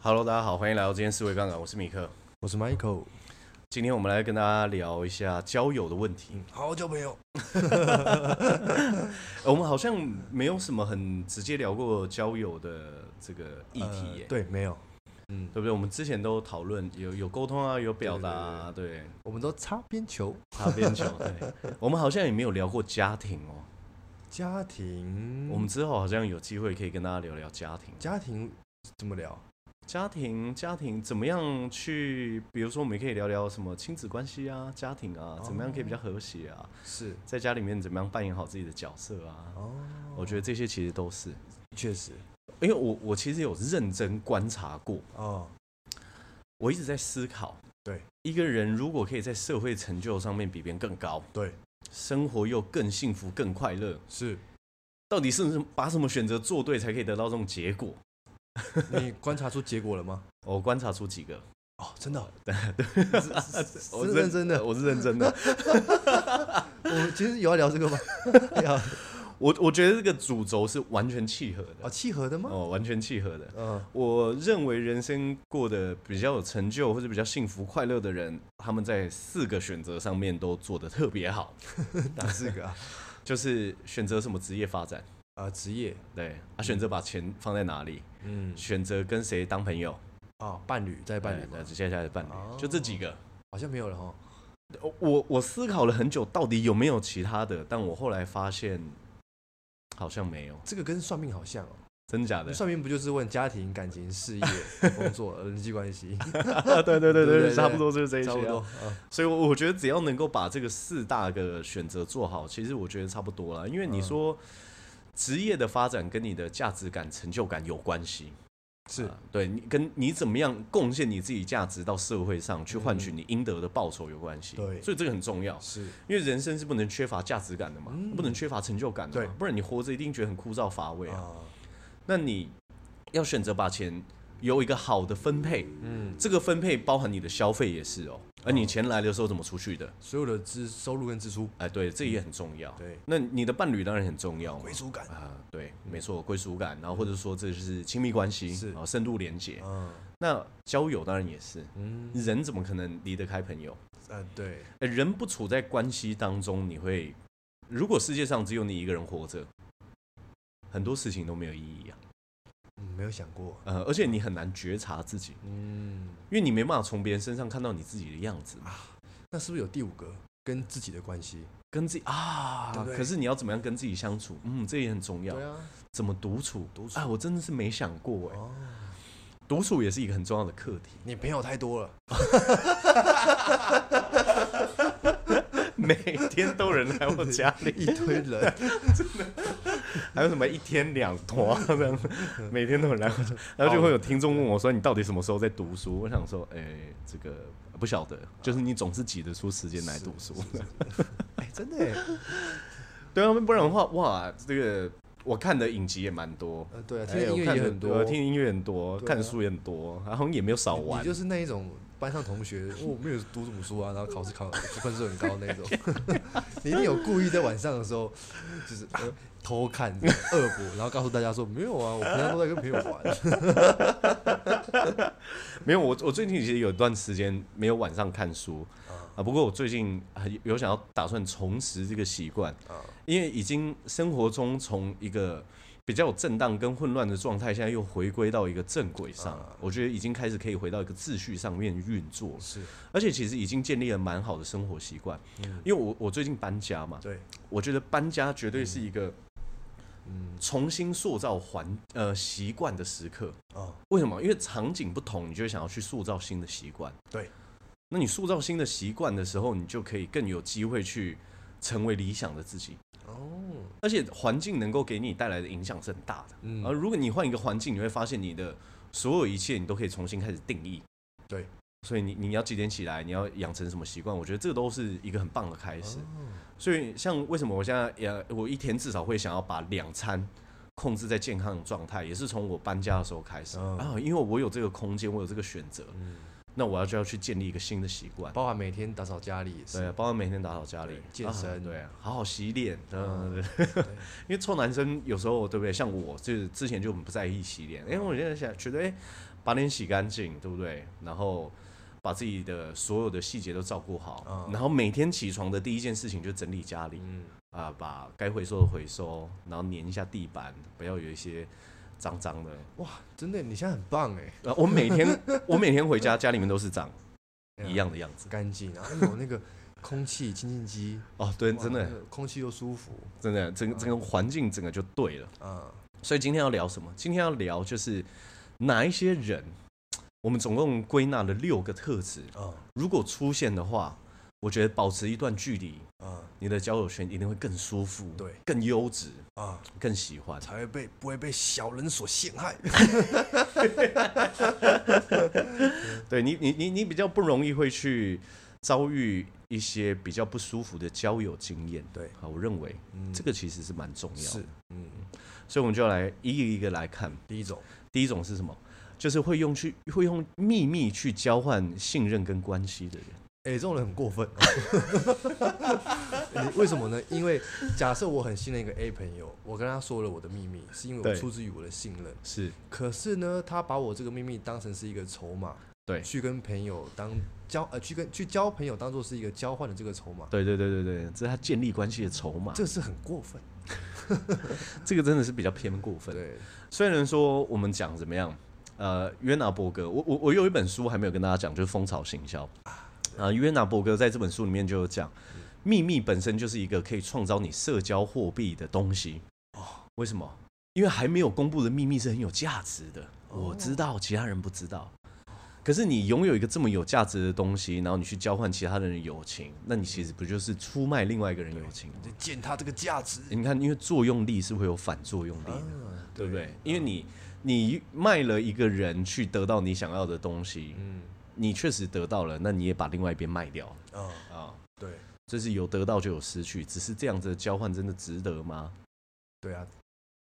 Hello，大家好，欢迎来到今天思维杠杆，我是米克。我是 Michael，今天我们来跟大家聊一下交友的问题。好久没有。呃我们好像没有什么很直接聊过交友的这个议题耶，呃对，没有，嗯，对不对？我们之前都讨论有有沟通啊，有表达、啊，对，我们都擦边球。擦边球。对，我们好像也没有聊过家庭哦。家庭，我们之后好像有机会可以跟大家聊聊家庭。家庭怎么聊？家庭，家庭怎么样去？比如说，我们也可以聊聊什么亲子关系啊、家庭啊，怎么样可以比较和谐啊？是在家里面怎么样扮演好自己的角色啊？哦，我觉得这些其实都是，确实因为我我其实有认真观察过，哦，我一直在思考，对一个人如果可以在社会成就上面比别人更高，对，生活又更幸福、更快乐， 是到底是不是把什么选择做对才可以得到这种结果？你观察出结果了吗？我观察出几个， 哦，真 的哦，是是我是认真的。我是认真 的。我其实有要聊这个 吗？要我我觉得这个主轴是完全契合的哦，契合的吗？哦，完全契合的。嗯，我认为人生过得比较有成就或者比较幸福快乐的人，他们在四个选择上面都做得特别好， 哪四个啊？就是选择什么职业发展，啊，职业，对，啊，选择把钱放在哪里，嗯，选择跟谁当朋友，啊，伴侣在伴侣吗对，？接下来的伴哦侣，就这几个。好像没有了哈。我我思考了很久，到底有没有其他的，但我后来发现好像没有，这个跟算命好像哦，真假的？算命不就是问家庭、感情、事业、 工作、人际关系， 对对对对对差不多就是这些，啊差不多。。嗯所以，我我觉得只要能够把这个四大个选择做好，其实我觉得差不多了。因嗯为你说职业的发展跟你的价值感、成就感有关系，是啊对你跟你怎么样贡献你自己价值到社会上去换取你应得的报酬有关系。嗯对所以这个很重要，是，因为人生是不能缺乏价值感的嘛，嗯不能缺乏成就感的嘛对，不然你活着一定觉得很枯燥乏味啊。啊，那你要选择把钱有一个好的分配，嗯，这个分配包含你的消费也是哦，而你钱来的时候怎么出去的？所有的支收入跟支出，哎，对，这也很重要。嗯对，那你的伴侣当然很重要嘛归属感，啊，对，没错，归属感，然后或者说这就是亲密关系，是啊，深度连接。嗯那交友当然也是，嗯，人怎么可能离得开朋友？呃，对，哎人不处在关系当中，你会，如果世界上只有你一个人活着，很多事情都没有意义啊。嗯没有想过，呃，而且你很难觉察自己，嗯，因为你没办法从别人身上看到你自己的样子啊嘛，那是不是有第五个跟自己的关系？跟自己啊对不，对可是你要怎么样跟自己相处？嗯，这也很重要。啊，怎么独处？独处啊，我真的是没想过哎、哦，独处也是一个很重要的课题。 你朋友太多 了，每天都有人来我 家一里，堆人，还有什么一天两坨这样，每天都有人来我 家，然后就会有听众问我说：“你到底什么时候在读书？”我想说：“哎、这个不晓得，就是你总是挤得出时间来读书。 哎，真的耶，对啊，不然的话，哇，这个我看的影集也蛮多。呃，对啊，听哎的音我乐看也的很多，我听音乐很多，对啊看书也很多，然后也没有少你玩。就是那一种班上同 学，我没有读什么书啊，然后考试考 分数很高那 种，你一定有故意在晚上的时候，就是、呃偷看恶补，然后告诉大家说没有啊，我平常都在跟朋友玩，没有，我我最近其实有一段时间没有晚上看书嗯啊，不过我最近啊有有想要打算重拾这个习惯啊，因为已经生活中从一个比较有震荡跟混乱的状态，现在又回归到一个正轨上，我觉得已经开始可以回到一个秩序上面运作了， 嗯是而且其实已经建立了蛮好的生活习惯，嗯因为我我最近搬家嘛，对，我觉得搬家绝对是一个嗯，重新塑造环呃习惯的时刻。哦，为什么？因为场景不同，你就会想要去塑造新的习惯。对，那你塑造新的习惯的时候，你就可以更有机会去成为理想的自己。哦，而且环境能够给你带来的影响是很大的。嗯而如果你换一个环境，你会发现你的所有一切你都可以重新开始定义。对，所以你你要几点起来，你要养成什么习惯，我觉得这都是一个很棒的开始。哦所以像为什么我现在也我一天至少会想要把两餐控制在健康的状态，也是从我搬家的时候开始、嗯啊，因为我有这个空间，我有这个选择，嗯那我要就要去建立一个新的习惯。包含每天打扫家里也对是，啊，包括每天打扫家里对、健身啊对啊，好好洗脸，嗯，嗯对 因啊为臭男生有时候对不对？像我就是之前就很不在意洗脸，因为我现在想觉得，哎、把脸洗干净，对不对？然后把自己的所有的细节都照顾好，嗯然后每天起床的第一件事情就整理家里，嗯，啊、把该回收的回收，然后粘一下地板，不要有一些脏脏的。哇，真的，你现在很棒哎，呃，我每 天我每天回家，家里面都是脏，对啊一样的样子。干净，然后有那个空气清净机，哦，对，哇 真的那，个空气又舒服真的，整个整个环境整个就对了。啊，所以今天要聊什么？今天要聊就是哪一些人，我们总共归纳了六个特质，啊如果出现的话，我觉得保持一段距离，啊你的交友圈一定会更舒服，对，更优质，啊，更喜欢。才会被不会被小人所陷 害。对你，你你你比较不容易会去遭遇一些比较不舒服的交友经验。对好，我认为嗯这个其实是蛮重要的。是，嗯，所以我们就来一个一个来看。第一种第一种是什么？就是会用去会用秘密去交换信任跟关系的人。哎、这种人很过分、 欸为什么呢？因为假设我很信任一个 A 朋友，我跟他说了我的秘密，是因为对我出自于我的信任。是可是呢，他把我这个秘密当成是一个筹码，对去跟朋友当交呃，去跟去交朋友当做是一个交换的这个筹码，对对对对对，这是他建立关系的筹码。这是很过分。这个真的是比较偏过分。对，虽然说我们讲怎么样，呃，约拿伯格，我我我有一本书还没有跟大家讲，就是《蜂巢行销》啊、约拿伯格在这本书里面就有讲，秘密本身就是一个可以创造你社交货币的东西。哦，为什么？因为还没有公布的秘密是很有价值的，我知道，其他人不知道。可是你拥有一个这么有价值的东西，然后你去交换其他人的友情，那你其实不就是出卖另外一个人友情吗？你就践踏这个价值。你看，因为作用力是会有反作用力的。啊对不对？？因为你你卖了一个人去得到你想要的东西，嗯，你确实得到了，那你也把另外一边卖掉了啊，啊。对，这是有得到就有失去，只是这样子的交换真的值得 吗？对啊，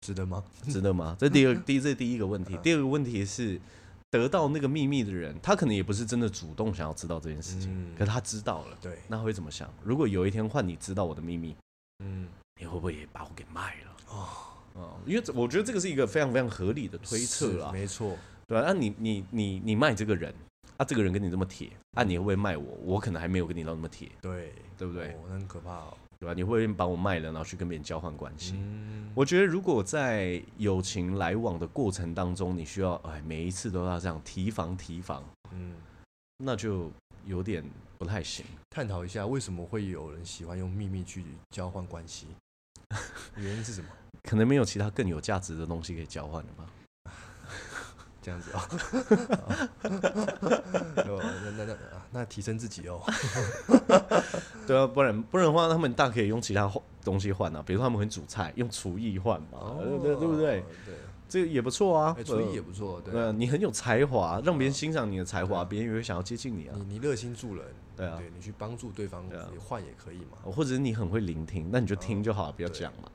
值得吗？值得吗？这第 二第一这是第一个问题，嗯第二个问题是得到那个秘密的人，他可能也不是真的主动想要知道这件事情，嗯可是他知道了，对，那会怎么想？如果有一天换你知道我的秘密，嗯，你会不会也把我给卖了？哦，啊、因为这我觉得这个是一个非常非常合理的推测是啦，没错，对啊，那你你你你卖这个人，啊，这个人跟你这么铁，啊，你会不会卖我？我可能还没有跟你到那么铁，对，对不对哦，那很可怕哦。对吧、你会不会把我卖了，然后去跟别人交换关系？嗯，我觉得如果在友情来往的过程当中，你需要哎每一次都要这样提防提防，嗯，那就有点不太行。探讨一下为什么会有人喜欢用秘密去交换关 系，原因是什么？可能没有其他更有价值的东西可以交换了吧？这样子 哦，哦那那那啊那提升自己哦，对啊，不然不然的话，他们大可以用其他换东西换啊，比如说他们会煮菜，用厨艺换嘛，对哦对对不对？？对，这个也不错啊，哦哎，厨呃艺也不错，对对，啊，你很有才华，让别人欣赏你的才华，对啊别人也会想要接近你啊你。你热心助人，对啊对你去帮助对方对啊也换也可以嘛，或者是你很会聆听，那你就听就好了，不要讲嘛。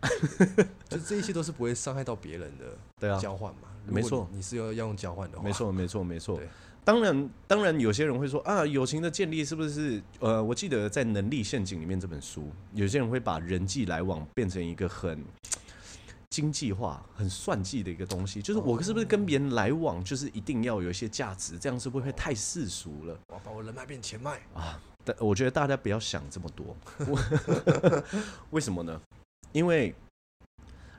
就这一切都是不会伤害到别人的对啊，交换嘛。如没果错你是要要用交换的话，没，错，没错，没错对。当然，当然，有些人会说啊，友情的建立是不是？呃，我记得在《能力陷阱》里面这本书，有些人会把人际来往变成一个很经济化、很算计的一个东西，就是我是不是跟别人来往，就是一定要有一些价值，这样是不会太世俗了？我要把我人脉变钱脉，啊，但我觉得大家不要想这么多。我 为什么呢？因为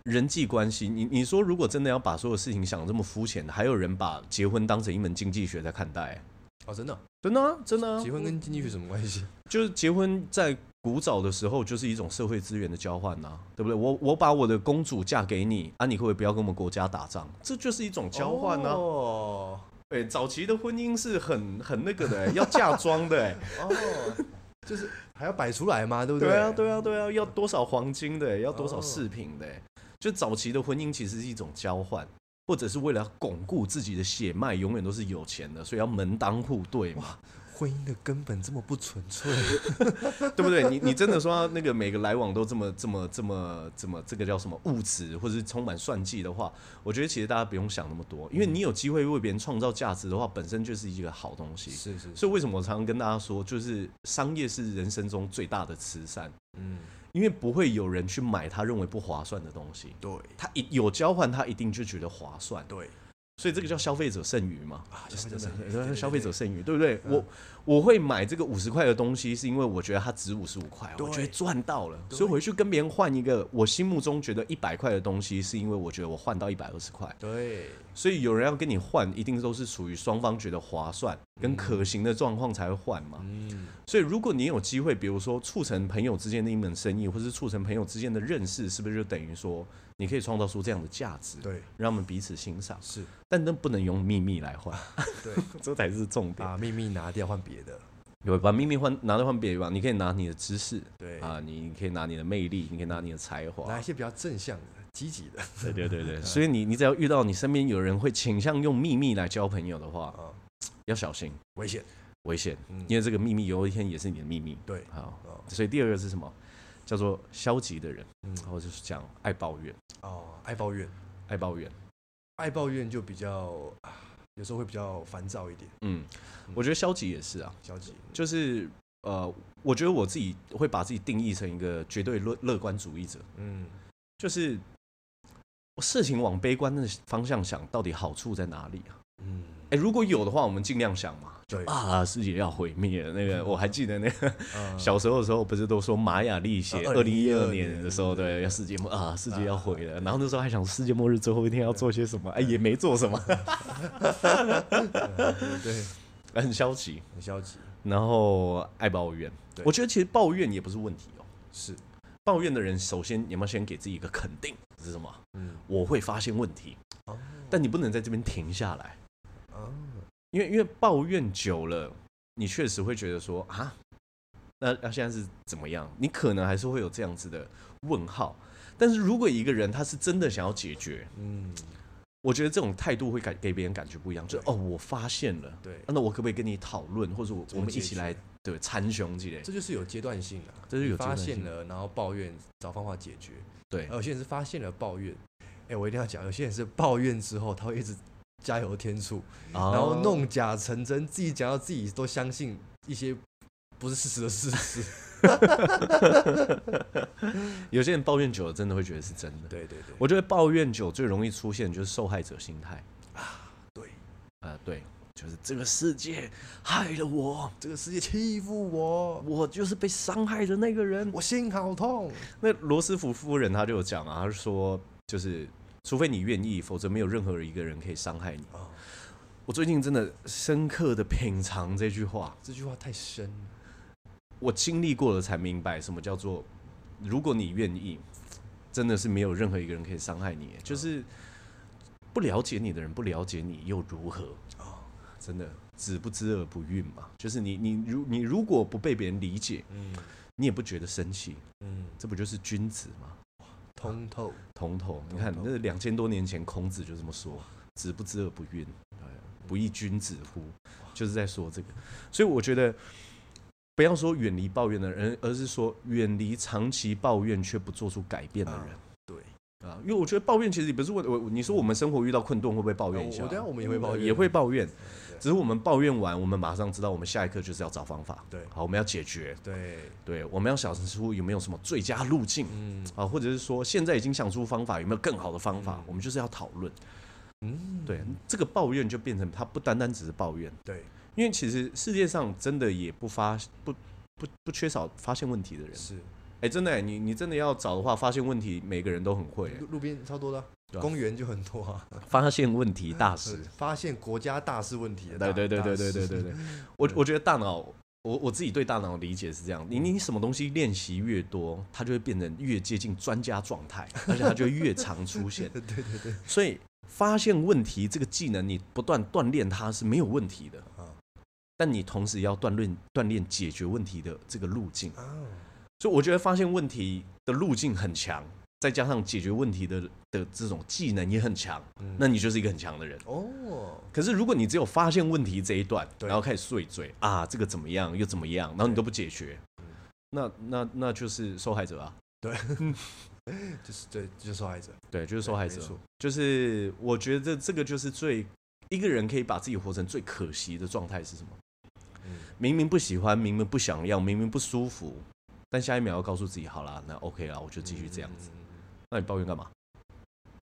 人际关系，你你说如果真的要把所有事情想得这么肤浅，还有人把结婚当成一门经济学在看待，哦，真的哦，真的、啊、真的、啊结，婚跟经济学什么关系？就是结婚在古早的时候就是一种社会资源的交换呐、对不对？我我把我的公主嫁给你，啊，你可不可以不要跟我们国家打仗？这就是一种交换啊呐、哦哎、早期的婚姻是很很那个的、要嫁妆的、哎。哦，就是还要摆出来嘛，对不对对啊，对啊，对啊，要多少黄金的，要多少哦饰品的，就早期的婚姻其实是一种交换，或者是为了要巩固自己的血脉，永远都是有钱的，所以要门当户对嘛，婚姻的根本这么不纯粹， 对不对？你你真的说要那个每个来往都这么这么这么这么这个叫什么物质，或者是充满算计的话，我觉得其实大家不用想那么多，嗯因为你有机会为别人创造价值的话，本身就是一个好东西。是是，所以为什么我常常跟大家说，就是商业是人生中最大的慈善。嗯，因为不会有人去买他认为不划算的东西，对他一有交换，他一定就觉得划算。对，所以这个叫消费者剩余嘛，啊就消是费者剩余对对对对嗯消费者剩余，对不对？我我会买这个五十块的东西，是因为我觉得它值五十五块，我对觉得赚到了，所以我回去跟别人换一个我心目中觉得一百块的东西，是因为我觉得我换到一百二十块。对，所以有人要跟你换，一定都是属于双方觉得划算跟可行的状况才会换嘛。嗯，所以如果你有机会，比如说促成朋友之间的一门生意，或是促成朋友之间的认识，是不是就等于说你可以创造出这样的价值，对，让他们彼此欣赏？是，但那不能用秘密来换， 对，这才是重点。啊把秘密拿掉换别的，啊有把秘密换拿到换别的地方，你可以拿你的知识，对啊，你你可以拿你的魅力，你可以拿你的才华，拿一些比较正向的、积极的， 对对对对，所以你你只要遇到你身边有人会倾向用秘密来交朋友的话，啊，要小心危险，危险，嗯因为这个秘密有一天也是你的秘密。对，好，哦，所以第二个是什么？叫做消极的人，嗯，然后就是讲爱抱怨，哦，爱抱怨，爱抱怨。爱抱怨就比较啊，有时候会比较烦躁一点，嗯，我觉得消极也是啊，消极，就是呃，我觉得我自己会把自己定义成一个绝对乐乐观主义者，嗯，就是事情往悲观的方向想，到底好处在哪里啊？嗯，哎、如果有的话，我们尽量想嘛。嗯对，啊，世界要毁灭了！那个我还记得，那个嗯小时候的时候，不是都说玛雅历险？啊二零一二2012年的时候，对，要世界末啊，世界要毁了。然后那时候还想世界末日最后一天要做些什么，哎，也没做什么，对， 很消极。很消极，然后爱抱怨，对我觉得其实抱怨也不是问题哦。是，抱怨的人，首先你要不要先给自己一个肯定是什么？嗯，我会发现问题，哦，但你不能在这边停下来。哦，因为因为抱怨久了，你确实会觉得说啊，那那现在是怎么样？你可能还是会有这样子的问号。但是如果一个人他是真的想要解决，嗯，我觉得这种态度会感给别人感觉不一样，就是哦，我发现了，对啊，那我可不可以跟你讨论，或者我怎我么们一解起决来对参雄之类的？这就是有阶段性的、啊，这是有阶发段现性了，然后抱怨，找方法解决。对而，有些人是发现了抱怨，哎、我一定要讲，有些人是抱怨之后，他会一直加油添醋，然然后弄假成真，自己讲到自己都相信一些不是事实的事实。 有些人抱怨久了，真的会觉得是真的。对对对，我觉得抱怨久最容易出现就是受害者心态。对啊，对，就是这个世界害了我，这个世界欺负我，我就是被伤害的那个人。我心好痛。那罗斯福夫人她就有讲啊，她就说就是，除非你愿意，否则没有任何一个人可以伤害你。哦我最近真的深刻的品尝这句话，这句话太深了，我经历过了才明白什么叫做，如果你愿意，真的是没有任何一个人可以伤害你，就是不了解你的人不了解你又如何？真的子不知而不愠嘛，就是你你如你如果不被别人理解，嗯你也不觉得生气，嗯，这不就是君子吗？通透，同头，你看同头那两千多年前孔子就这么说：“子不知而不愠，哎不亦君子乎？”就是在说这个。所以我觉得，不要说远离抱怨的人，而是说远离长期抱怨却不做出改变的人。对，啊，因为我觉得抱怨其实也不是问我，我你说我们生活遇到困顿会不会抱怨一下？啊我对啊我们也会抱怨也会抱怨。对只是我们抱怨完，我们马上知道我们下一刻就是要找方法。对好，我们要解决。对，对，我们要想出有没有什么最佳路径。嗯啊，或者是说现在已经想出方法，有没有更好的方法？我们就是要讨论。嗯，嗯对，这个抱怨就变成它不单单只是抱怨，对，因为其实世界上真的也不发不不不缺少发现问题的人。是哎、真的、欸，你你真的要找的话，发现问题每个人都很会欸、路路边超多的啊、对啊公园就很多啊。 发现问题大师。发现国家大事问题的大，对对对对对对大对事 对，我我觉得大脑。我我自己对大脑理解是这样，你你什么东西练习越多，它就会变成越接近专家状态，而且它就会越常出现。 对对对对，所以发现问题这个技能，你不断锻炼它是没有问题的啊但你同时也要锻炼锻炼解决问题的这个路径。啊，所以我觉得发现问题的路径很强，再加上解决问题的的这种技能也很强，那你就是一个很强的人。嗯哦， 可是如果你只有发现问题这一段，对然后开始碎嘴啊，这个怎么样又怎么样，然后你都不解决，那那那就是受害者啊。就是对，就是受害者，对，就是受害对者没错。就是我觉得这个就是最一个人可以把自己活成最可惜的状态是什么？嗯明明不喜欢，明明不想要，明明不舒服，但下一秒要告诉自己，好啦，那 OK 啦，我就继续这样子。，那你抱怨干嘛？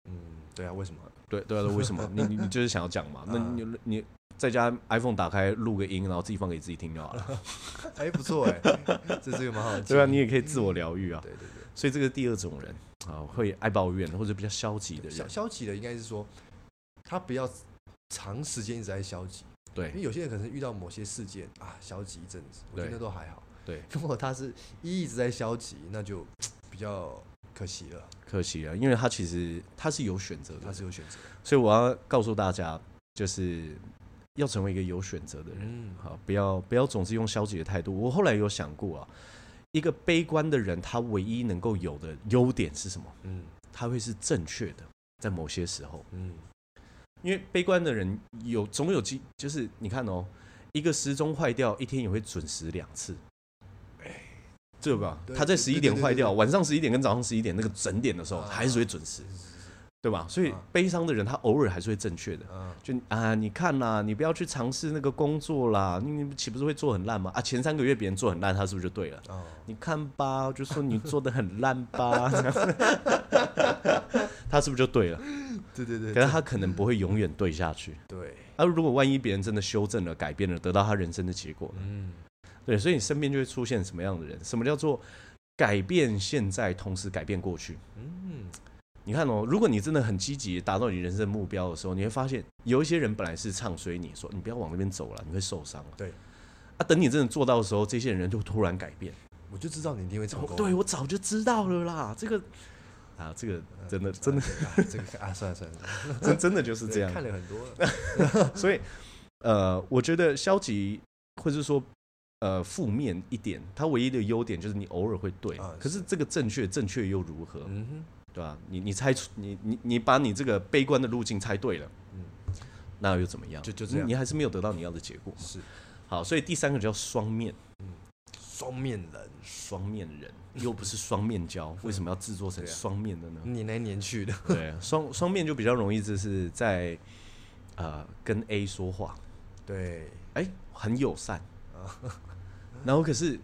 嗯，对啊，为什么？ 对对啊，为什么？你你你就是想要讲嘛？那嗯你你在家 iPhone 打开录个音，然后自己放给自己听就好 了。哎，不错哎，这是一个蛮好的建议。嗯对啊，你也可以自我疗愈啊。对对对，所以这个第二种人啊，会爱抱怨或者比较消极的消人，消极的应该是说，他不要长时间一直在消极，对因为有些人可能遇到某些事件啊，消极一阵子，我觉对得都还好。对， 如果他是一直在消极，那就比较可惜了，可惜啊，因为他其实他是有选择的他，是有选择的。所以我要告诉大家，就是要成为一个有选择的人。嗯，好，不要不要总是用消极的态度。我后来有想过啊，一个悲观的人，他唯一能够有的优点是什么？嗯他会是正确的，在某些时候，嗯，因为悲观的人有总有机，就是你看哦，一个时钟坏掉，一天也会准时两次。对吧？对他在对十一对点对坏对掉，对晚上十一点跟早上十一点那个整点的时候，啊还是会准时，是是是对吧？所以啊悲伤的人，他偶尔还是会正确的。啊，就啊，你看啦，你不要去尝试那个工作啦，你你岂不是会做很烂吗？啊，前三个月别人做很烂，他是不是就对了？哦，你看吧，就说你做的很烂 吧，这样他是不是就对了？对对对可是他可能不会永远对下去。对，啊，如果万一别人真的修正了、改变了，得到他人生的结果呢，嗯，对，所以你身边就会出现什么样的人？什么叫做改变现在，同时改变过去？嗯，你看哦，如果你真的很积极达到你人生目标的时候，你会发现有一些人本来是唱衰你说你不要往那边走了，你会受伤啊。对，啊，等你真的做到的时候，这些人就突然改变。我就知道你一定会成功。对我早就知道了啦，这个啊，这个真的真的啊，这个啊，算了算了，真真的就是这样。看了很多 了。所以呃，我觉得消极或是说呃负面一点，它唯一的优点就是你偶尔会对，啊可是这个正确正确又如何？嗯对吧、你你猜出你你你把你这个悲观的路径猜对了，嗯嗯，那又怎么样？就就这样你，你还是没有得到你要的结果哼，。是好，所以第三个叫双面双面人，双面人，又不是双面 胶，为什么要制作成对啊双面的呢？黏来黏去的。对，双双面就比较容易就是在呃跟 A 说话，对，哎、很友善， 然后可是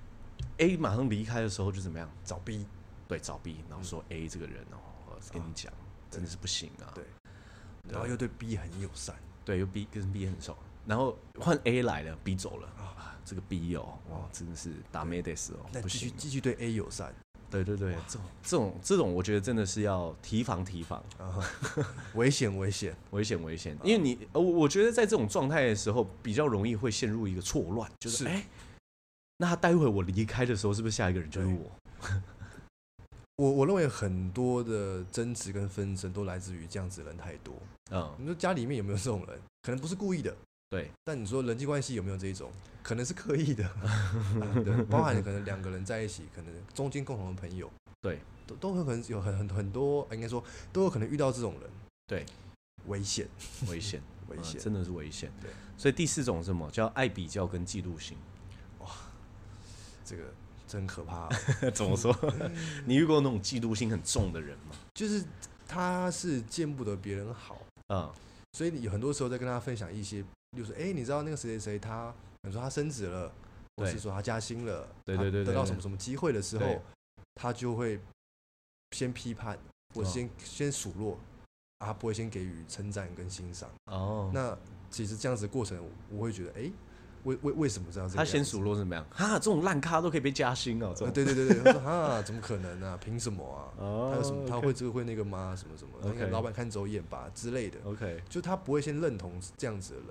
A 马上离开的时候就怎么样？找 B，对，找 B，然后说 A 这个人哦，我跟你讲，真的是不行啊。嗯啊对然后又对 B 很友善。对，又 B 跟 B 很熟，然后换 A 来了，B 走了，啊，这个 B 哦，哇，真的是打 m e d 哦，但不继续行，继续对 A 友善对对对，这种这种这种，我觉得真的是要提防提防，啊， 危险危险，危险危啊险，因为你，呃我我觉得在这种状态的时候，比较容易会陷入一个错乱，就是是哎、那他待会我离开的时候，是不是下一个人就是对我？我我认为很多的争执跟纷争都来自于这样子的人太多。嗯，你说家里面有没有这种人？可能不是故意的，对，但你说人际关系有没有这一种？可能是刻意 的，啊对，包含可能两个人在一起，可能中间共同的朋友，对，都都很可能有很很很多，呃应该说都有可能遇到这种人，对，危险 危险，危嗯险，真的是危险对。所以第四种是什么？叫爱比较跟嫉妒心。这个真可怕、啊。 怎么说？ 你遇过那种嫉妒心很重的人吗？就是他是见不得别人好，嗯，所以你有很多时候在跟他分享一些，例如说，哎、你知道那个谁谁谁他，你说他升职了，或对是说他加薪了，对他对对对得到对什么什么机会的时对候，他就会先批判，或哦先、先数落，啊，他不会先给予称赞跟欣赏。哦，那其实这样子的过程，我会觉得，哎、为为为什么这样子？他先数落是怎么样？哈，这种烂咖都可以被加薪哦，这啊，种对对对对，他说啊，怎么可能啊？凭什么啊？哦他有什么？他 OK 会这个会那个吗？什么什么？你 OK 哦看老板看走眼吧之类的， OK 就他不会先认同这样子的人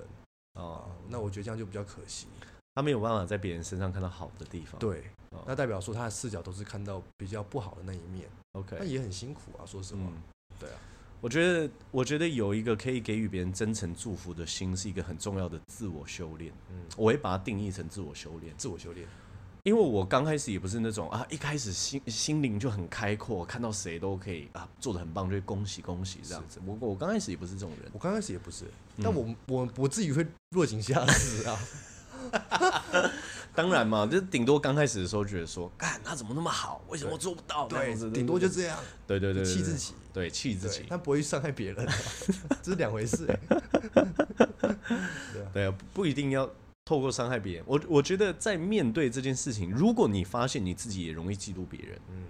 啊哦，。那我觉得这样就比较可惜。他没有办法在别人身上看到好的地方。对哦，那代表说他的视角都是看到比较不好的那一面，那，OK，也很辛苦啊。说实话，嗯，对啊。我觉得，我觉得有一个可以给予别人真诚祝福的心，是一个很重要的自我修炼。嗯，我会把它定义成自我修炼，自我修炼，因为我刚开始也不是那种啊，一开始心心灵就很开阔，看到谁都可以啊，做的很棒，就会恭喜恭喜这样子。我我刚开始也不是这种人，我刚开始也不是，嗯但我我我至于会落井下 石啊。当然嘛，就顶多刚开始的时候觉得说，干他怎么那么好，为什么我做不到？这对样子，顶多就这样，对对对，就对气自，己。对对气自对己，但不会去伤害别人啊，这是两回事欸。对啊， 对，不一定要透过伤害别人。我我觉得在面对这件事情，如果你发现你自己也容易嫉妒别人，嗯，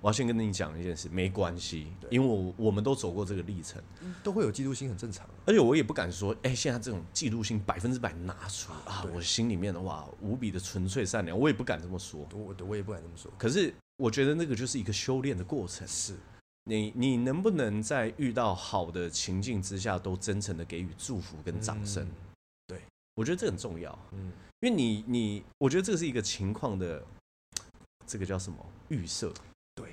我要先跟你讲一件事，没关系，因为我我们都走过这个历程，都会有嫉妒心，很正常。啊而且我也不敢说，哎、现在这种嫉妒心百分之百拿出啊，我心里面的哇无比的纯粹善良，我也不敢这么说。我我也不敢这么说，可是我觉得那个就是一个修炼的过程，是你你能不能在遇到好的情境之下，都真诚的给予祝福跟掌声？嗯对，我觉得这很重要，嗯，因为你你，我觉得这是一个情况的，这个叫什么预设？对，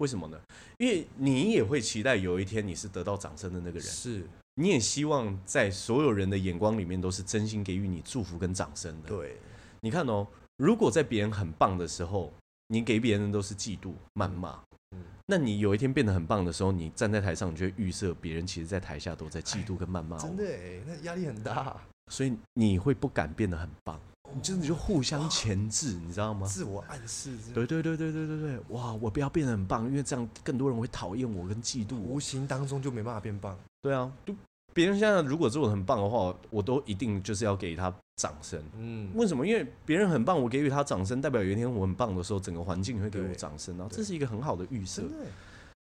为什么呢？因为你也会期待有一天你是得到掌声的那个人，是你也希望在所有人的眼光里面都是真心给予你祝福跟掌声的。对，你看哦，如果在别人很棒的时候，你给别人都是嫉妒、谩骂。嗯那你有一天变得很棒的时候，你站在台上，你就会预设别人其实，在台下都在嫉妒跟谩骂真我，的哎，那压力很大，啊所以你会不敢变得很棒，你就是你就互相钳制，你知道吗？自我暗示这样，对对对对对对对，哇！我不要变得很棒，因为这样更多人会讨厌我跟嫉妒我无。形当中就没办法变棒。对啊，就别人现在如果做的很棒的话，我都一定就是要给他掌声。嗯，为什么？因为别人很棒，我给予他掌声，代表有一天我很棒的时候，整个环境会给我对掌声啊，对这是一个很好的预设真。的欸耶，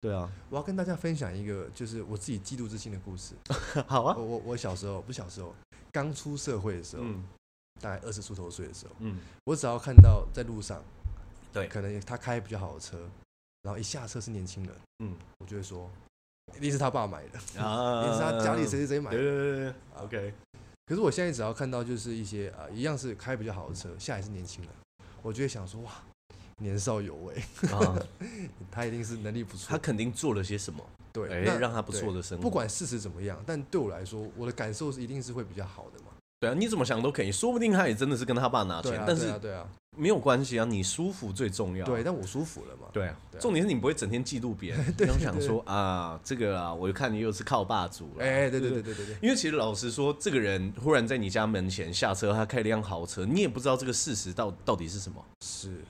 对啊， 我要跟大家分享一个，就是我自己嫉妒之心的故事。好啊哦我，我我小时候不是小时候，刚出社会的时候，嗯大概二十出头岁的时候，嗯，我只要看到在路上，对可能他开比较好的车，然后一下车是年轻人，嗯，我就会说，一定是他爸买的，一啊嗯定是他家里谁谁谁买对对的。对啊对，OK，可是我现在只要看到就是一些啊、一样是开比较好的车，下来是年轻人，我就会想说哇，年少有为， 啊，他一定是能力不 他错，肯定做了些什么，对，哎，那让他不错对的生活。不管事实怎么样，但对我来说，我的感受是一定是会比较好的嘛。对啊，你怎么想都可以，说不定他也真的是跟他爸拿对钱啊，，但对是啊，对啊，没有关系啊，你舒服最重要。对，但我舒服了嘛。对啊对，啊重点是你不会整天嫉妒别 人，你要想说啊，这个啊，我看你又是靠霸主了。哎，对对对对对对，因为其实老实说，这个人忽然在你家门前下车，他开了辆豪车，你也不知道这个事实到到底是什么。是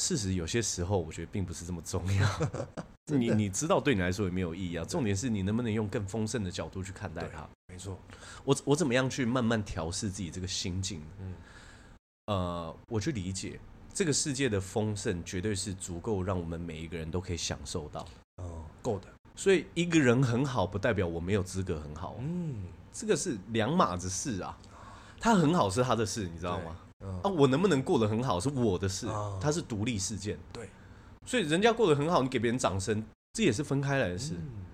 事实有些时候，我觉得并不是这么重要。 你你知道对你来说也没有意义啊。重点是你能不能用更丰盛的角度去看待它。没错，我我怎么样去慢慢调试自己这个心境？嗯呃，我去理解这个世界的丰盛，绝对是足够让我们每一个人都可以享受到。哦，嗯够的，所以一个人很好，不代表我没有资格很好啊、嗯，这个是两码子事啊。他很好是他的事，你知道吗？嗯啊，我能不能过得很好是我的事哦，它是独立事件。对，所以人家过得很好，你给别人掌声，这也是分开来的事，嗯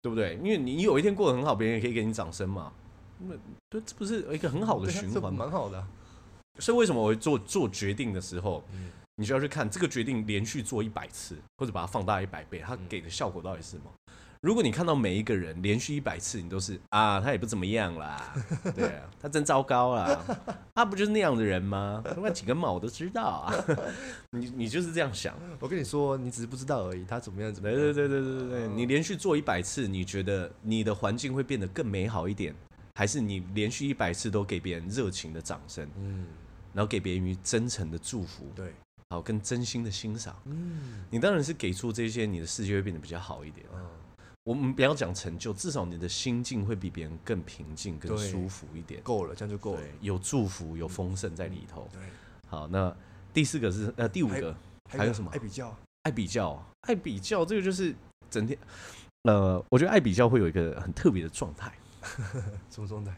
对不对？因为你有一天过得很好，别人也可以给你掌声嘛。那对，这不是一个很好的对啊循这环吗？蛮好的啊。所以为什么我会做做决定的时候，嗯你就要去看这个决定连续做一百次，或者把它放大一百倍，它嗯给的效果到底是什么？如果你看到每一个人连续一百次，你都是啊，他也不怎么样啦，对啊，他真糟糕啦，他不就是那样的人吗？那几根毛我都知道啊， 你你就是这样想，我跟你说，你只是不知道而已，他怎么样怎么对样。对对对对对对，你连续做一百次，你觉得你的环境会变得更美好一点，还是你连续一百次都给别人热情的掌声，嗯，然后给别人真诚的祝福，对，好跟真心的欣赏？嗯你当然是给出这些，你的世界会变得比较好一点。嗯，我们不要讲成就，至少你的心境会比别人更平静、更对舒服一点。够了，这样就够了对。，有祝福，有丰盛在里头。对，好，那第四个是呃第五个还有什么爱比较？爱比较，爱比较这个就是整天呃，我觉得爱比较会有一个很特别的状态，什么状态？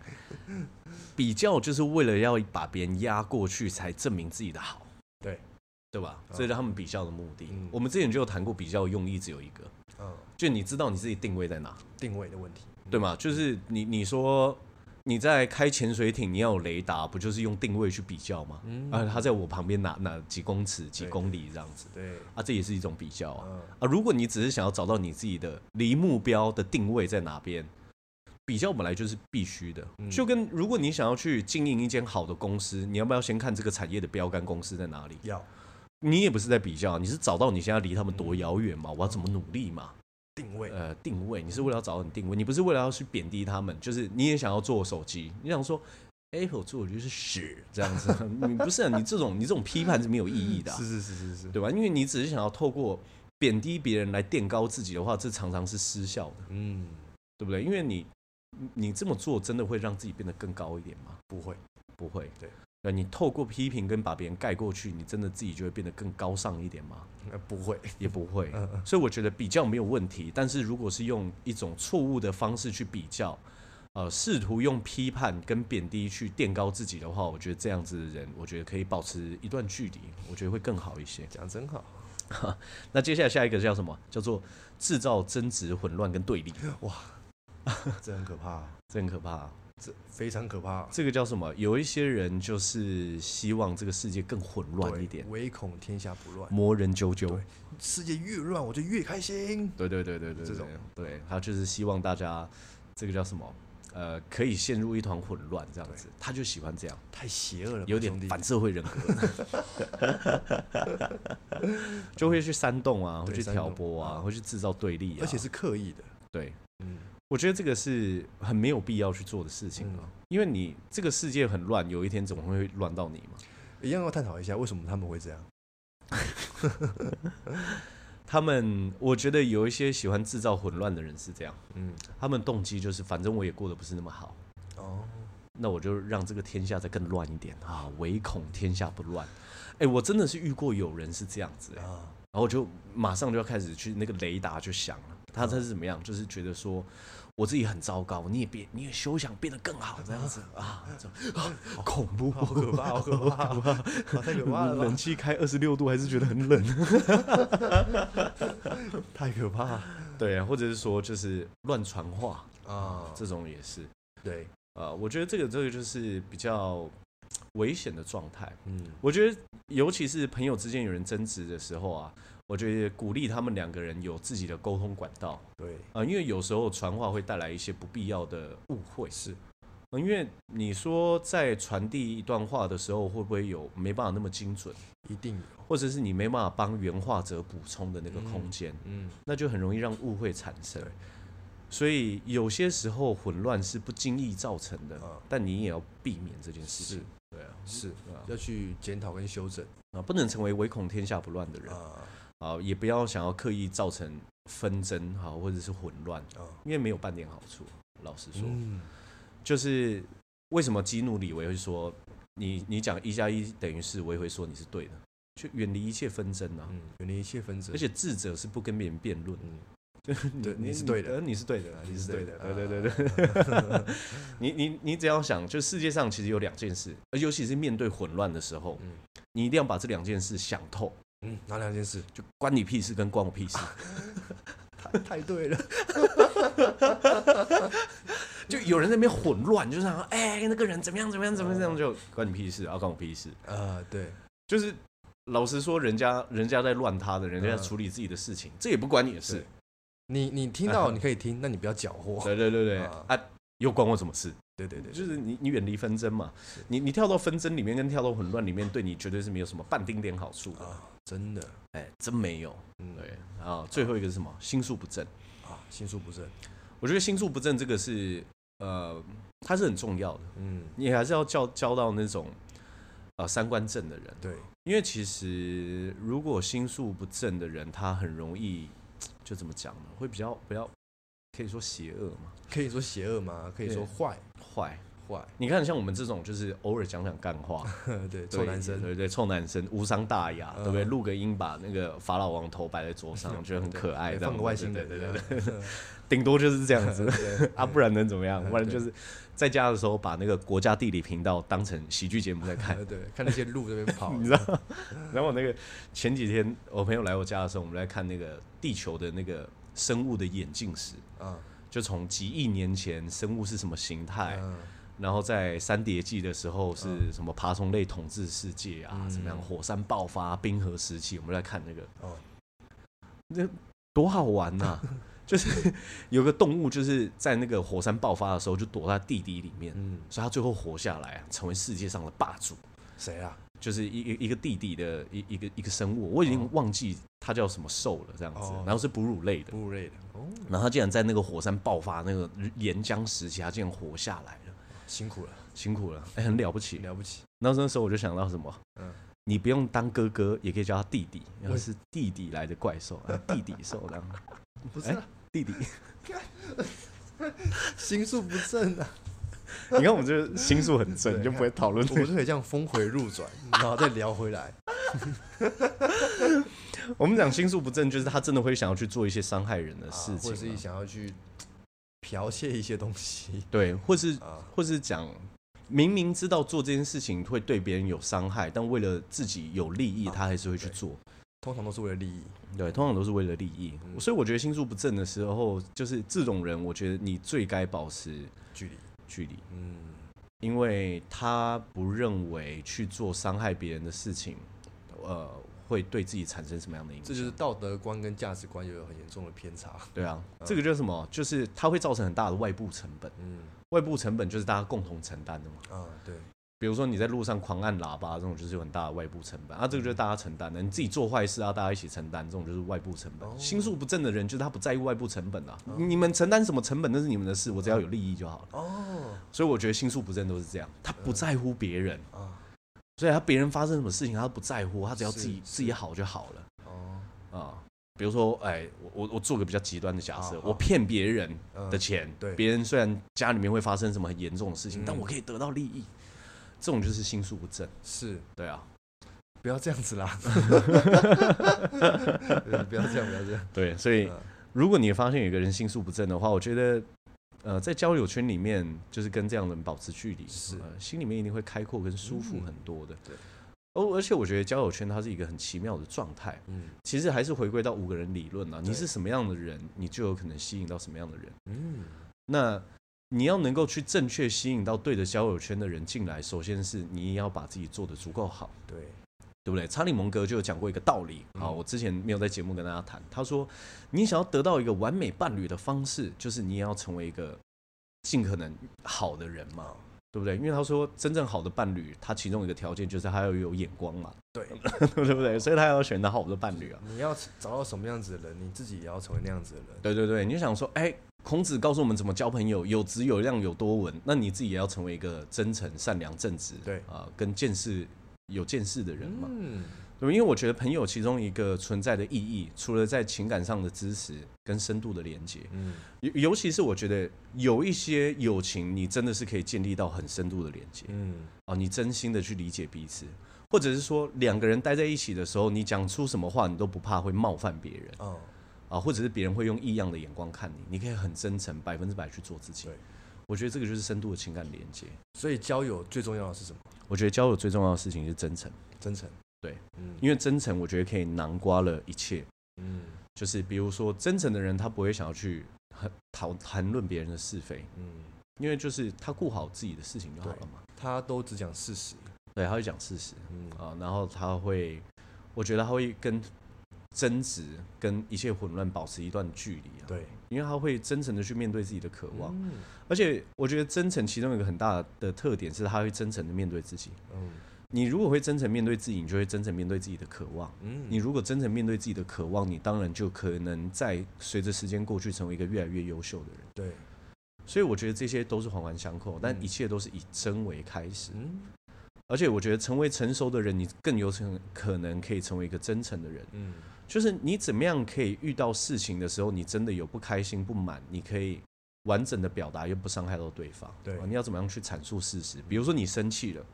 比较就是为了要把别人压过去，才证明自己的好。对，对吧？嗯这是他们比较的目的。嗯我们之前就有谈过，比较的用意只有一个，嗯，就你知道你自己定位在哪。定位的问题。对吗？就是你你说你在开潜水艇，你要有雷达，不就是用定位去比较吗？嗯啊，他在我旁边哪哪几公尺、几对公里这样子对，啊，这也是一种比较啊。嗯，啊，如果你只是想要找到你自己的离目标的定位在哪边，比较本来就是必须的。嗯就跟如果你想要去经营一间好的公司，你要不要先看这个产业的标杆公司在哪里？要你也不是在比较，你是找到你现在离他们多遥远嘛？我要怎么努力嘛？定位。呃定位，你是为了要找到你定位，你不是为了要去贬低他们，就是你也想要做手机，你想说 Apple 做的就是屎这样子， 你不是、啊、你这种你这种批判是没有意义的啊、是是是是是。对吧？因为你只是想要透过贬低别人来垫高自己的话，这常常是失效的，嗯，对不对？因为你你这么做真的会让自己变得更高一点吗？不会。不会，对，呃，你透过批评跟把别人盖过去，你真的自己就会变得更高尚一点吗？呃不会，嗯也不会，所以我觉得比较没有问题。但是如果是用一种错误的方式去比较，呃，试图用批判跟贬低去垫高自己的话，我觉得这样子的人，我觉得可以保持一段距离，我觉得会更好一些。讲真好，那接下来下一个叫什么？叫做制造争执、混乱跟对立，这很可怕，这很可怕啊、这非常可怕。这个叫什么？有一些人就是希望这个世界更混乱一点，唯恐天下不乱。魔人啾啾。对世界越乱，我就越开心。对对对对对，这种对对，他就是希望大家这个叫什么？呃，可以陷入一团混乱这样子，他就喜欢这样，太邪恶了吧，有兄点弟反社会人格， 就会去煽动啊，会对去煽挑动拨啊，嗯会去制造对立啊，而且是刻意的。对，嗯，我觉得这个是很没有必要去做的事情嗯啊，因为你这个世界很乱，有一天总会乱到你嘛。一样要探讨一下为什么他们会这样。他们，我觉得有一些喜欢制造混乱的人是这样，嗯，他们动机就是反正我也过得不是那么好，哦，那我就让这个天下再更乱一点啊，唯恐天下不乱。哎、我真的是遇过有人是这样子、欸，啊，然后我就马上就要开始去那个雷达就响了，他他是怎么样？就是觉得说我自己很糟糕，你也别你也休想变得更好这样子啊，这种啊好恐怖，好可怕，好可怕，啊好可怕，太可怕了冷 吧，气开二十六度还是觉得很冷。 太可怕对啊，或者是说就是乱传话，啊！这种也是。对，啊，我觉得这个这个就是比较危险的状态。嗯，我觉得，尤其是朋友之间有人争执的时候啊，我觉得鼓励他们两个人有自己的沟通管道对，啊、因为有时候传话会带来一些不必要的误会。是、因为你说在传递一段话的时候，会不会有没办法那么精准，一定有。或者是你没办法帮原话者补充的那个空嗯间？嗯，那就很容易让误会产生对。所以有些时候混乱是不经意造成的，啊但你也要避免这件事情是。对啊，是对啊要去检讨跟修正啊，不能成为唯恐天下不乱的人啊啊，也不要想要刻意造成纷争哈，或者是混乱，啊。因为没有半点好处。老实说，嗯，就是为什么激怒李维会说你你讲一加一等于是，我也会说你是对的，去远离一切纷争啊。嗯，远离一切纷争而。且智者是不跟别人辩论的，嗯，对对你是对的你是对的，你是对的，对对对对。对，啊你你你只要想，就世界上其实有两件事，呃尤其是面对混乱的时候，嗯你一定要把这两件事想透，嗯，哪两件事？就关你屁事跟关我屁事，太对了，就有人在那边混乱，就是想说，哎、那个人怎么样怎么样怎么样怎么样，就关你屁事，啊，关我屁事，啊，对，就是老实说，人家人家在乱他的，人家在嗯处理自己的事情，这也不关你的事，你你听到你可以听，那你不要搅和。对对对对，啊啊，又关我什么事？对对对，就是你你远离纷争嘛，你你跳到纷争里面跟跳到混乱里面，对你绝对是没有什么半丁点好处的，啊，真的，哎、真没有。嗯，对，然后最后一个是什么？心术不正。啊，心术不正，我觉得心术不正这个是呃，它是很重要的，嗯，你还是要教教到那种呃三观正的人，对，因为其实如果心术不正的人，他很容易就怎么讲呢？会比较比较可以说邪恶嘛，可以说邪恶吗？可以说坏坏。坏，你看，像我们这种就是偶尔讲讲干 话，对，臭男生，对对，臭男生无伤大雅，对不对？嗯录个音，把那个法老王头摆在桌上， 我觉得很可爱，对这样放个外星对人，对对对对对对，顶多就是这 样子。对啊，不然能怎么样？不然对就是在家的时候把那个国家地理频道当成喜剧节目在看，对对，看那些鹿这边跑，你知道吗？ 然后我那个前几天我朋友来我家的时候，我们在看那个地球的那个生物的演进史，啊，就从几亿年前生物是什么形态，嗯然后在三叠纪的时候是什么爬虫类统治世界啊，嗯怎么样火山爆发、冰河时期，我们在看那个哦，那多好玩呐、 就是有个动物，就是在那个火山爆发的时候，就躲在地底里面，嗯，所以它最后活下来，啊成为世界上的霸主，谁啊？就是一一一个地底的一一个一个生物，我已经哦忘记它叫什么兽了，这样子哦，然后是哺乳类的，哺乳类的，哦，然后它竟然在那个火山爆发那个岩浆时期，它竟然活下来了，辛苦了，辛苦了，哎，很了不起。了不起，然后那时候我就想到什么，嗯你不用当哥哥，也可以叫他弟弟，然后为是弟弟来的怪兽， 啊弟弟兽这样，不是啊是弟弟。心术不正啊， 你看我们这心术很正，你就不会讨论我们就可以这样峰回路转，然后再聊回来。我们讲心术不正，就是他真的会想要去做一些伤害人的事或者是情啊嘛，想要去剽窃一些东西对，或是啊，或是讲明明知道做这件事情会对别人有伤害，但为了自己有利益，啊他还是会去对做。通常都是为了利益。对，通常都是为了利益，嗯所以我觉得心术不正的时候，就是这种人，我觉得你最该保持距离，距离，嗯，因为他不认为去做伤害别人的事情，呃，会对自己产生什么样的影响。这就是道德观跟价值观又有很严重的偏差。对啊，这个就是什么？就是它会造成很大的外部成本，嗯外部成本就是大家共同承担的嘛。啊，对，比如说你在路上狂按喇叭，这种就是有很大的外部成本啊，这个嗯就是大家承担的。你自己做坏事啊，大家一起承担，这种就是外部成本。哦嗯心术不正的人就是他不在意外部成本啊，你们承担什么成本那是你们的事，我只要有利益就好了。哦所以我觉得心术不正都是这样，他嗯不在乎别人，啊所以他别人发生什么事情他不在乎，他只要自己是是自己好就好了哦，啊、比如说，哎，我我我做个比较极端的假设好，好我骗别人嗯的钱，对别人虽然家里面会发生什么很严重的事情，嗯但我可以得到利益，这种就是心术不正，是对啊。不要这样子 啦，对不要这样，不要这样。对，所以嗯如果你发现有一个人心术不正的话，我觉得，呃，在交友圈里面，就是跟这样的人保持距离，是呃心里面一定会开阔跟舒服嗯很多的。哦对，而而且我觉得交友圈它是一个很奇妙的状态，嗯其实还是回归到五个人理论啊，你对是什么样的人，你就有可能吸引到什么样的人。嗯，那你要能够去正确吸引到对的交友圈的人进来，首先是你也要把自己做得足够好。对，对不对？查理蒙格就有讲过一个道理啊、嗯我之前没有在节目跟大家谈。他说，你想要得到一个完美伴侣的方式，就是你也要成为一个尽可能好的人嘛，对不对？因为他说，真正好的伴侣，他其中一个条件就是他要有眼光嘛，对， 对不对？所以他要选择好的伴侣啊。你要找到什么样子的人，你自己也要成为那样子的人。对对对，你就想说，哎，孔子告诉我们怎么交朋友，有质有量有多文，那你自己也要成为一个真诚、善良、正直，对啊、跟见识有见识的人嘛。嗯，对，因为我觉得朋友其中一个存在的意义，除了在情感上的支持跟深度的连接，嗯，尤尤其是我觉得有一些友情，你真的是可以建立到很深度的连接嗯，啊，你真心的去理解彼此，或者是说两个人待在一起的时候，你讲出什么话，你都不怕会冒犯别人哦，啊，或者是别人会用异样的眼光看你，你可以很真诚，百分之百去做自己对。我觉得这个就是深度的情感连接。所以交友最重要的是什么？我觉得交友最重要的事情是真诚，真诚。对，嗯，因为真诚，我觉得可以囊括了一切。嗯就是比如说真诚的人，他不会想要去很讨谈论别人的是非，嗯，因为就是他顾好自己的事情就好了嘛。他都只讲事实。对，他会讲事实嗯啊，然后他会，我觉得他会跟争执跟一切混乱保持一段距离啊。，对，因为他会真诚的去面对自己的渴望，嗯而且我觉得真诚其中有一个很大的特点是，他会真诚的面对自己。嗯你如果会真诚面对自己，你就会真诚面对自己的渴望。嗯，你如果真诚面对自己的渴望，你当然就可能在随着时间过去，成为一个越来越优秀的人。对，所以我觉得这些都是环环相扣，但嗯一切都是以真为开始。嗯而且我觉得成为成熟的人，你更有成可能可以成为一个真诚的人。嗯就是你怎么样可以遇到事情的时候，你真的有不开心、不满，你可以完整的表达，又不伤害到对方。对啊你要怎么样去阐述事实？比如说你生气了。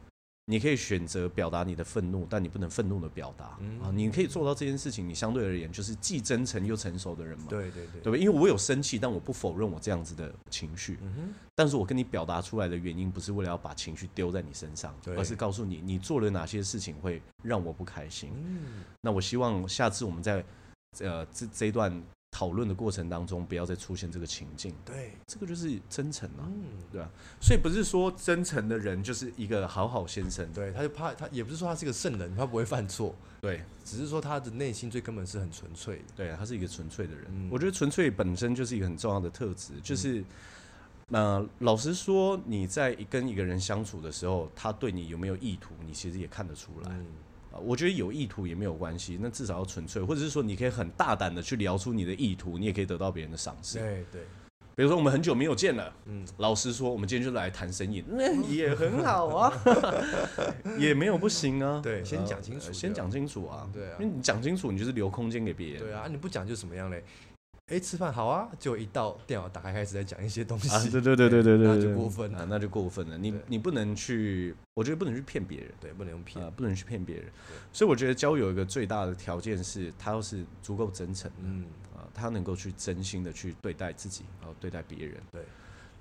你可以选择表达你的愤怒，但你不能愤怒的表达、嗯啊！你可以做到这件事情，你相对而言就是既真诚又成熟的人嘛，对对对，对吧？因为我有生气，但我不否认我这样子的情绪，嗯哼，但是我跟你表达出来的原因，不是为了要把情绪丢在你身上，对而是告诉你你做了哪些事情会让我不开心。嗯那我希望下次我们在呃这这一段讨论的过程当中，不要再出现这个情境。对，这个就是真诚啊，嗯所以不是说真诚的人就是一个好好先生，对，他就怕他也不是说他是个圣人，他不会犯错，对只是说他的内心最根本是很纯粹的。对，啊他是一个纯粹的人。嗯我觉得纯粹本身就是一个很重要的特质，就是。呃，老实说，你在跟一个人相处的时候，他对你有没有意图，你其实也看得出来。嗯，啊，我觉得有意图也没有关系，那至少要纯粹，或者是说你可以很大胆的去聊出你的意图，你也可以得到别人的赏识。对对，比如说我们很久没有见了，嗯老实说，我们今天就来谈生意，那也很好 啊，也没有不行啊。对呃先讲清楚呃先讲清楚啊。对啊啊因为你讲清楚，你就是留空间给别人。对啊，你不讲就怎么样嘞？哎，吃饭好啊，就一到电脑打开开始在讲一些东西，啊，对对对对对对，那对就过分了啊，那就过分了。你对你不能去，我觉得不能去骗别人。对，不能用骗啊，，不能去骗别人，所以我觉得交友一个最大的条件是，他要是足够真诚的，嗯，啊，他能够去真心的去对待自己，然后对待别人，对。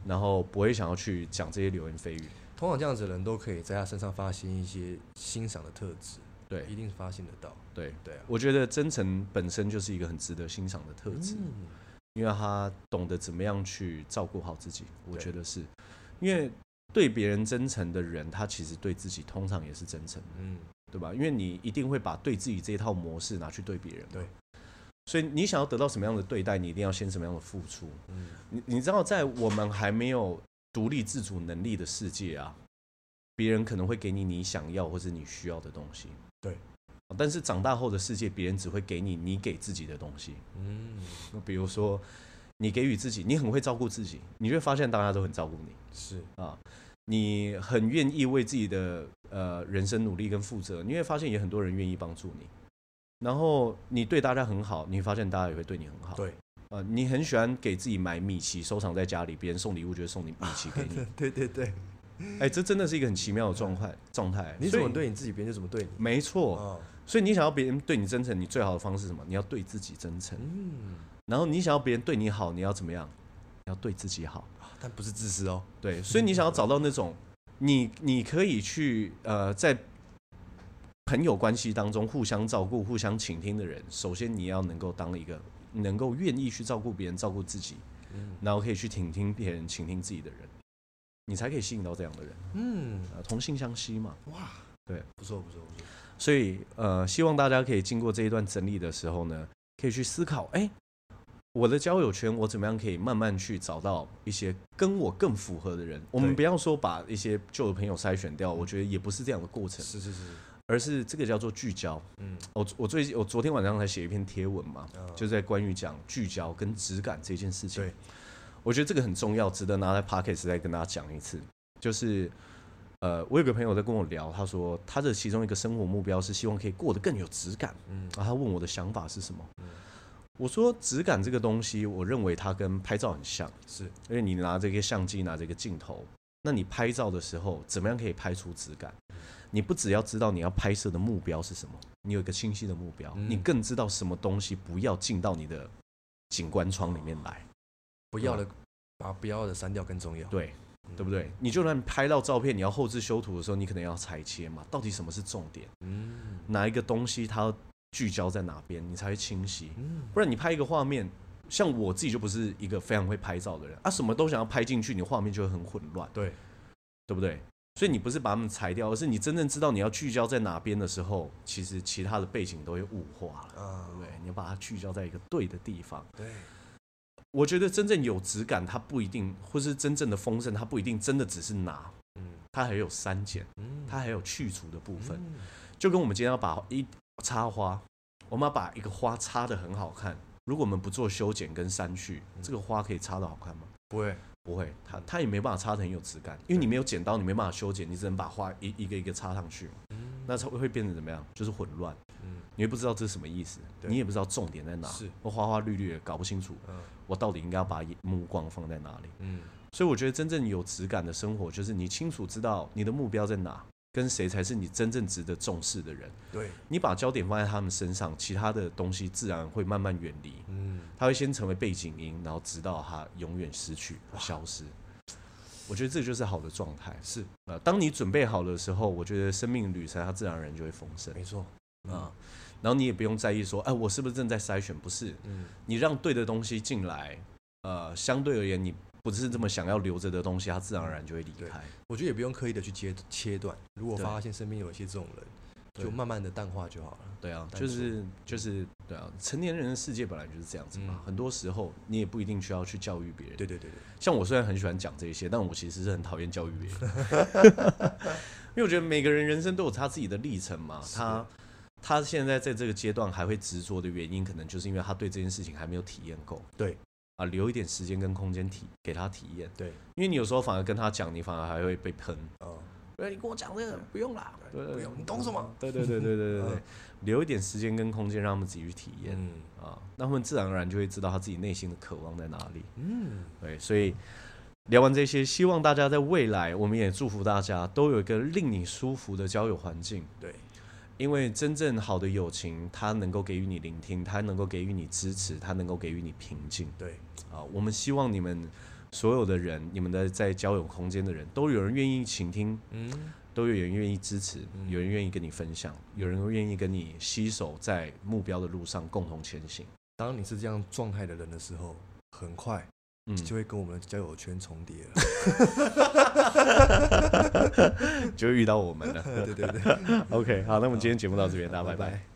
然后不会想要去讲这些流言蜚语，通常这样子的人都可以在他身上发现一些欣赏的特质，对一定发现得到，对。对啊，我觉得真诚本身就是一个很值得欣赏的特质，嗯因为他懂得怎么样去照顾好自己，我对觉得是，因为对别人真诚的人，他其实对自己通常也是真诚的。嗯，对吧？因为你一定会把对自己这一套模式拿去对别人嘛。对所以你想要得到什么样的对待，你一定要先什么样的付出。嗯你你知道，在我们还没有独立自主能力的世界啊，别人可能会给你你想要或是你需要的东西。啊对。但是长大后的世界，别人只会给你你给自己的东西。嗯，那比如说，你给予自己，你很会照顾自己，你就会发现大家都很照顾你。是，啊，你很愿意为自己的呃人生努力跟负责，你会发现也很多人愿意帮助你。然后你对大家很好，你会发现大家也会对你很好。，对，呃，你很喜欢给自己买米奇，收藏在家里，别人送礼物就会送你米奇给你。 对对对，哎、这真的是一个很奇妙的状态状态。你怎所么以？对你自己，别人就怎么对你，没错，哦，所以你想要别人对你真诚，你最好的方式是什么？你要对自己真诚。嗯，然后你想要别人对你好，你要怎么样？你要对自己好。但不是自私哦，对，所以你想要找到那种你你可以去呃在朋友关系当中互相照顾、互相倾听的人，首先你要能够当一个能够愿意去照顾别人、照顾自己，嗯然后可以去倾听别人、倾听自己的人，你才可以吸引到这样的人。嗯，呃，同性相吸嘛。哇，对，不错不错不错，所以呃，希望大家可以经过这一段整理的时候呢，可以去思考，哎、我的交友圈，我怎么样可以慢慢去找到一些跟我更符合的人？我们对不要说把一些旧的朋友筛选掉，我觉得也不是这样的过程，是是是，而是这个叫做聚焦。嗯，我我最近我昨天晚上才写一篇贴文嘛，啊就在关于讲聚焦跟质感这件事情。对，我觉得这个很重要，值得拿来 p o c k e t 再跟大家讲一次。就是，呃，我有个朋友在跟我聊，他说他的其中一个生活目标是希望可以过得更有质感。嗯然后他问我的想法是什么，我说质感这个东西，我认为它跟拍照很像，是，因为哎你拿这个相机，拿这个镜头，那你拍照的时候，怎么样可以拍出质感？你不只要知道你要拍摄的目标是什么，你有一个清晰的目标，嗯你更知道什么东西不要进到你的景观窗里面来。不要的把不要的删掉更重要，对，嗯对不对？你就算拍到照片，你要后置修图的时候，你可能要裁切嘛。到底什么是重点？嗯哪一个东西它聚焦在哪边，你才会清晰。嗯，不然你拍一个画面，像我自己就不是一个非常会拍照的人啊，什么都想要拍进去，你的画面就会很混乱，对，对不对？所以你不是把它们裁掉，而是你真正知道你要聚焦在哪边的时候，其实其他的背景都会物化了，啊对不对？你要把它聚焦在一个对的地方。对，我觉得真正有质感，它不一定，或是真正的丰盛，它不一定真的只是拿，嗯它还有删减，嗯，它还有去除的部分。嗯就跟我们今天要把一插花，我们要把一个花插的很好看，如果我们不做修剪跟删去，嗯这个花可以插的好看吗？不会，不会，它它也没办法插的很有质感，因为你没有剪刀，你没办法修剪，你只能把花一一个一个插上去嘛，那才会变成怎么样？就是混乱，嗯你也不知道这是什么意思，对你也不知道重点在哪，是我花花绿绿的搞不清楚，嗯我到底应该要把目光放在哪里？嗯，所以我觉得真正有质感的生活，就是你清楚知道你的目标在哪，跟谁才是你真正值得重视的人。对，你把焦点放在他们身上，其他的东西自然会慢慢远离。嗯。它会先成为背景音，然后直到它永远失去、消失。我觉得这就是好的状态。是，呃，当你准备好的时候，我觉得生命旅程它自然而然就会丰盛没错，啊。然后你也不用在意说，哎、我是不是正在筛选？不是，嗯，你让对的东西进来，呃，相对而言，你不是这么想要留着的东西，它自然而然就会离对开。我觉得也不用刻意的去切切断。如果对发现身边有一些这种人，对就慢慢的淡化就好了。对啊，单就纯是就是对啊，成年人的世界本来就是这样子嘛。嗯很多时候你也不一定需要去教育别人。对对对对，像我虽然很喜欢讲这些，但我其实是很讨厌教育别人， 因为我觉得每个人人生都有他自己的历程嘛。是他他现在在这个阶段还会执着的原因，可能就是因为他对这件事情还没有体验够。对啊，留一点时间跟空间体给他体验，对，因为你有时候反而跟他讲，你反而还会被喷。哦，哎，你跟我讲这个不用啦，对不用，你懂什么？对对对对对对对 嗯，留一点时间跟空间让他们自己去体验嗯啊，那他们自然而然就会知道他自己内心的渴望在哪里。嗯，对，所以聊完这些，希望大家在未来，我们也祝福大家都有一个令你舒服的交友环境。对，因为真正好的友情，它能够给予你聆听，它能够给予你支持，它能够给予你平静对，啊！我们希望你们所有的人，你们的在交友空间的人，都有人愿意倾听，嗯，都有人愿意支持，嗯有人愿意跟你分享，有人愿意跟你携手在目标的路上共同前行。当你是这样状态的人的时候，很快嗯，就会跟我们的交友圈重叠 了。就会遇到我们了。对对对， OK，好，那我们今天节目到这边，大家拜拜拜拜。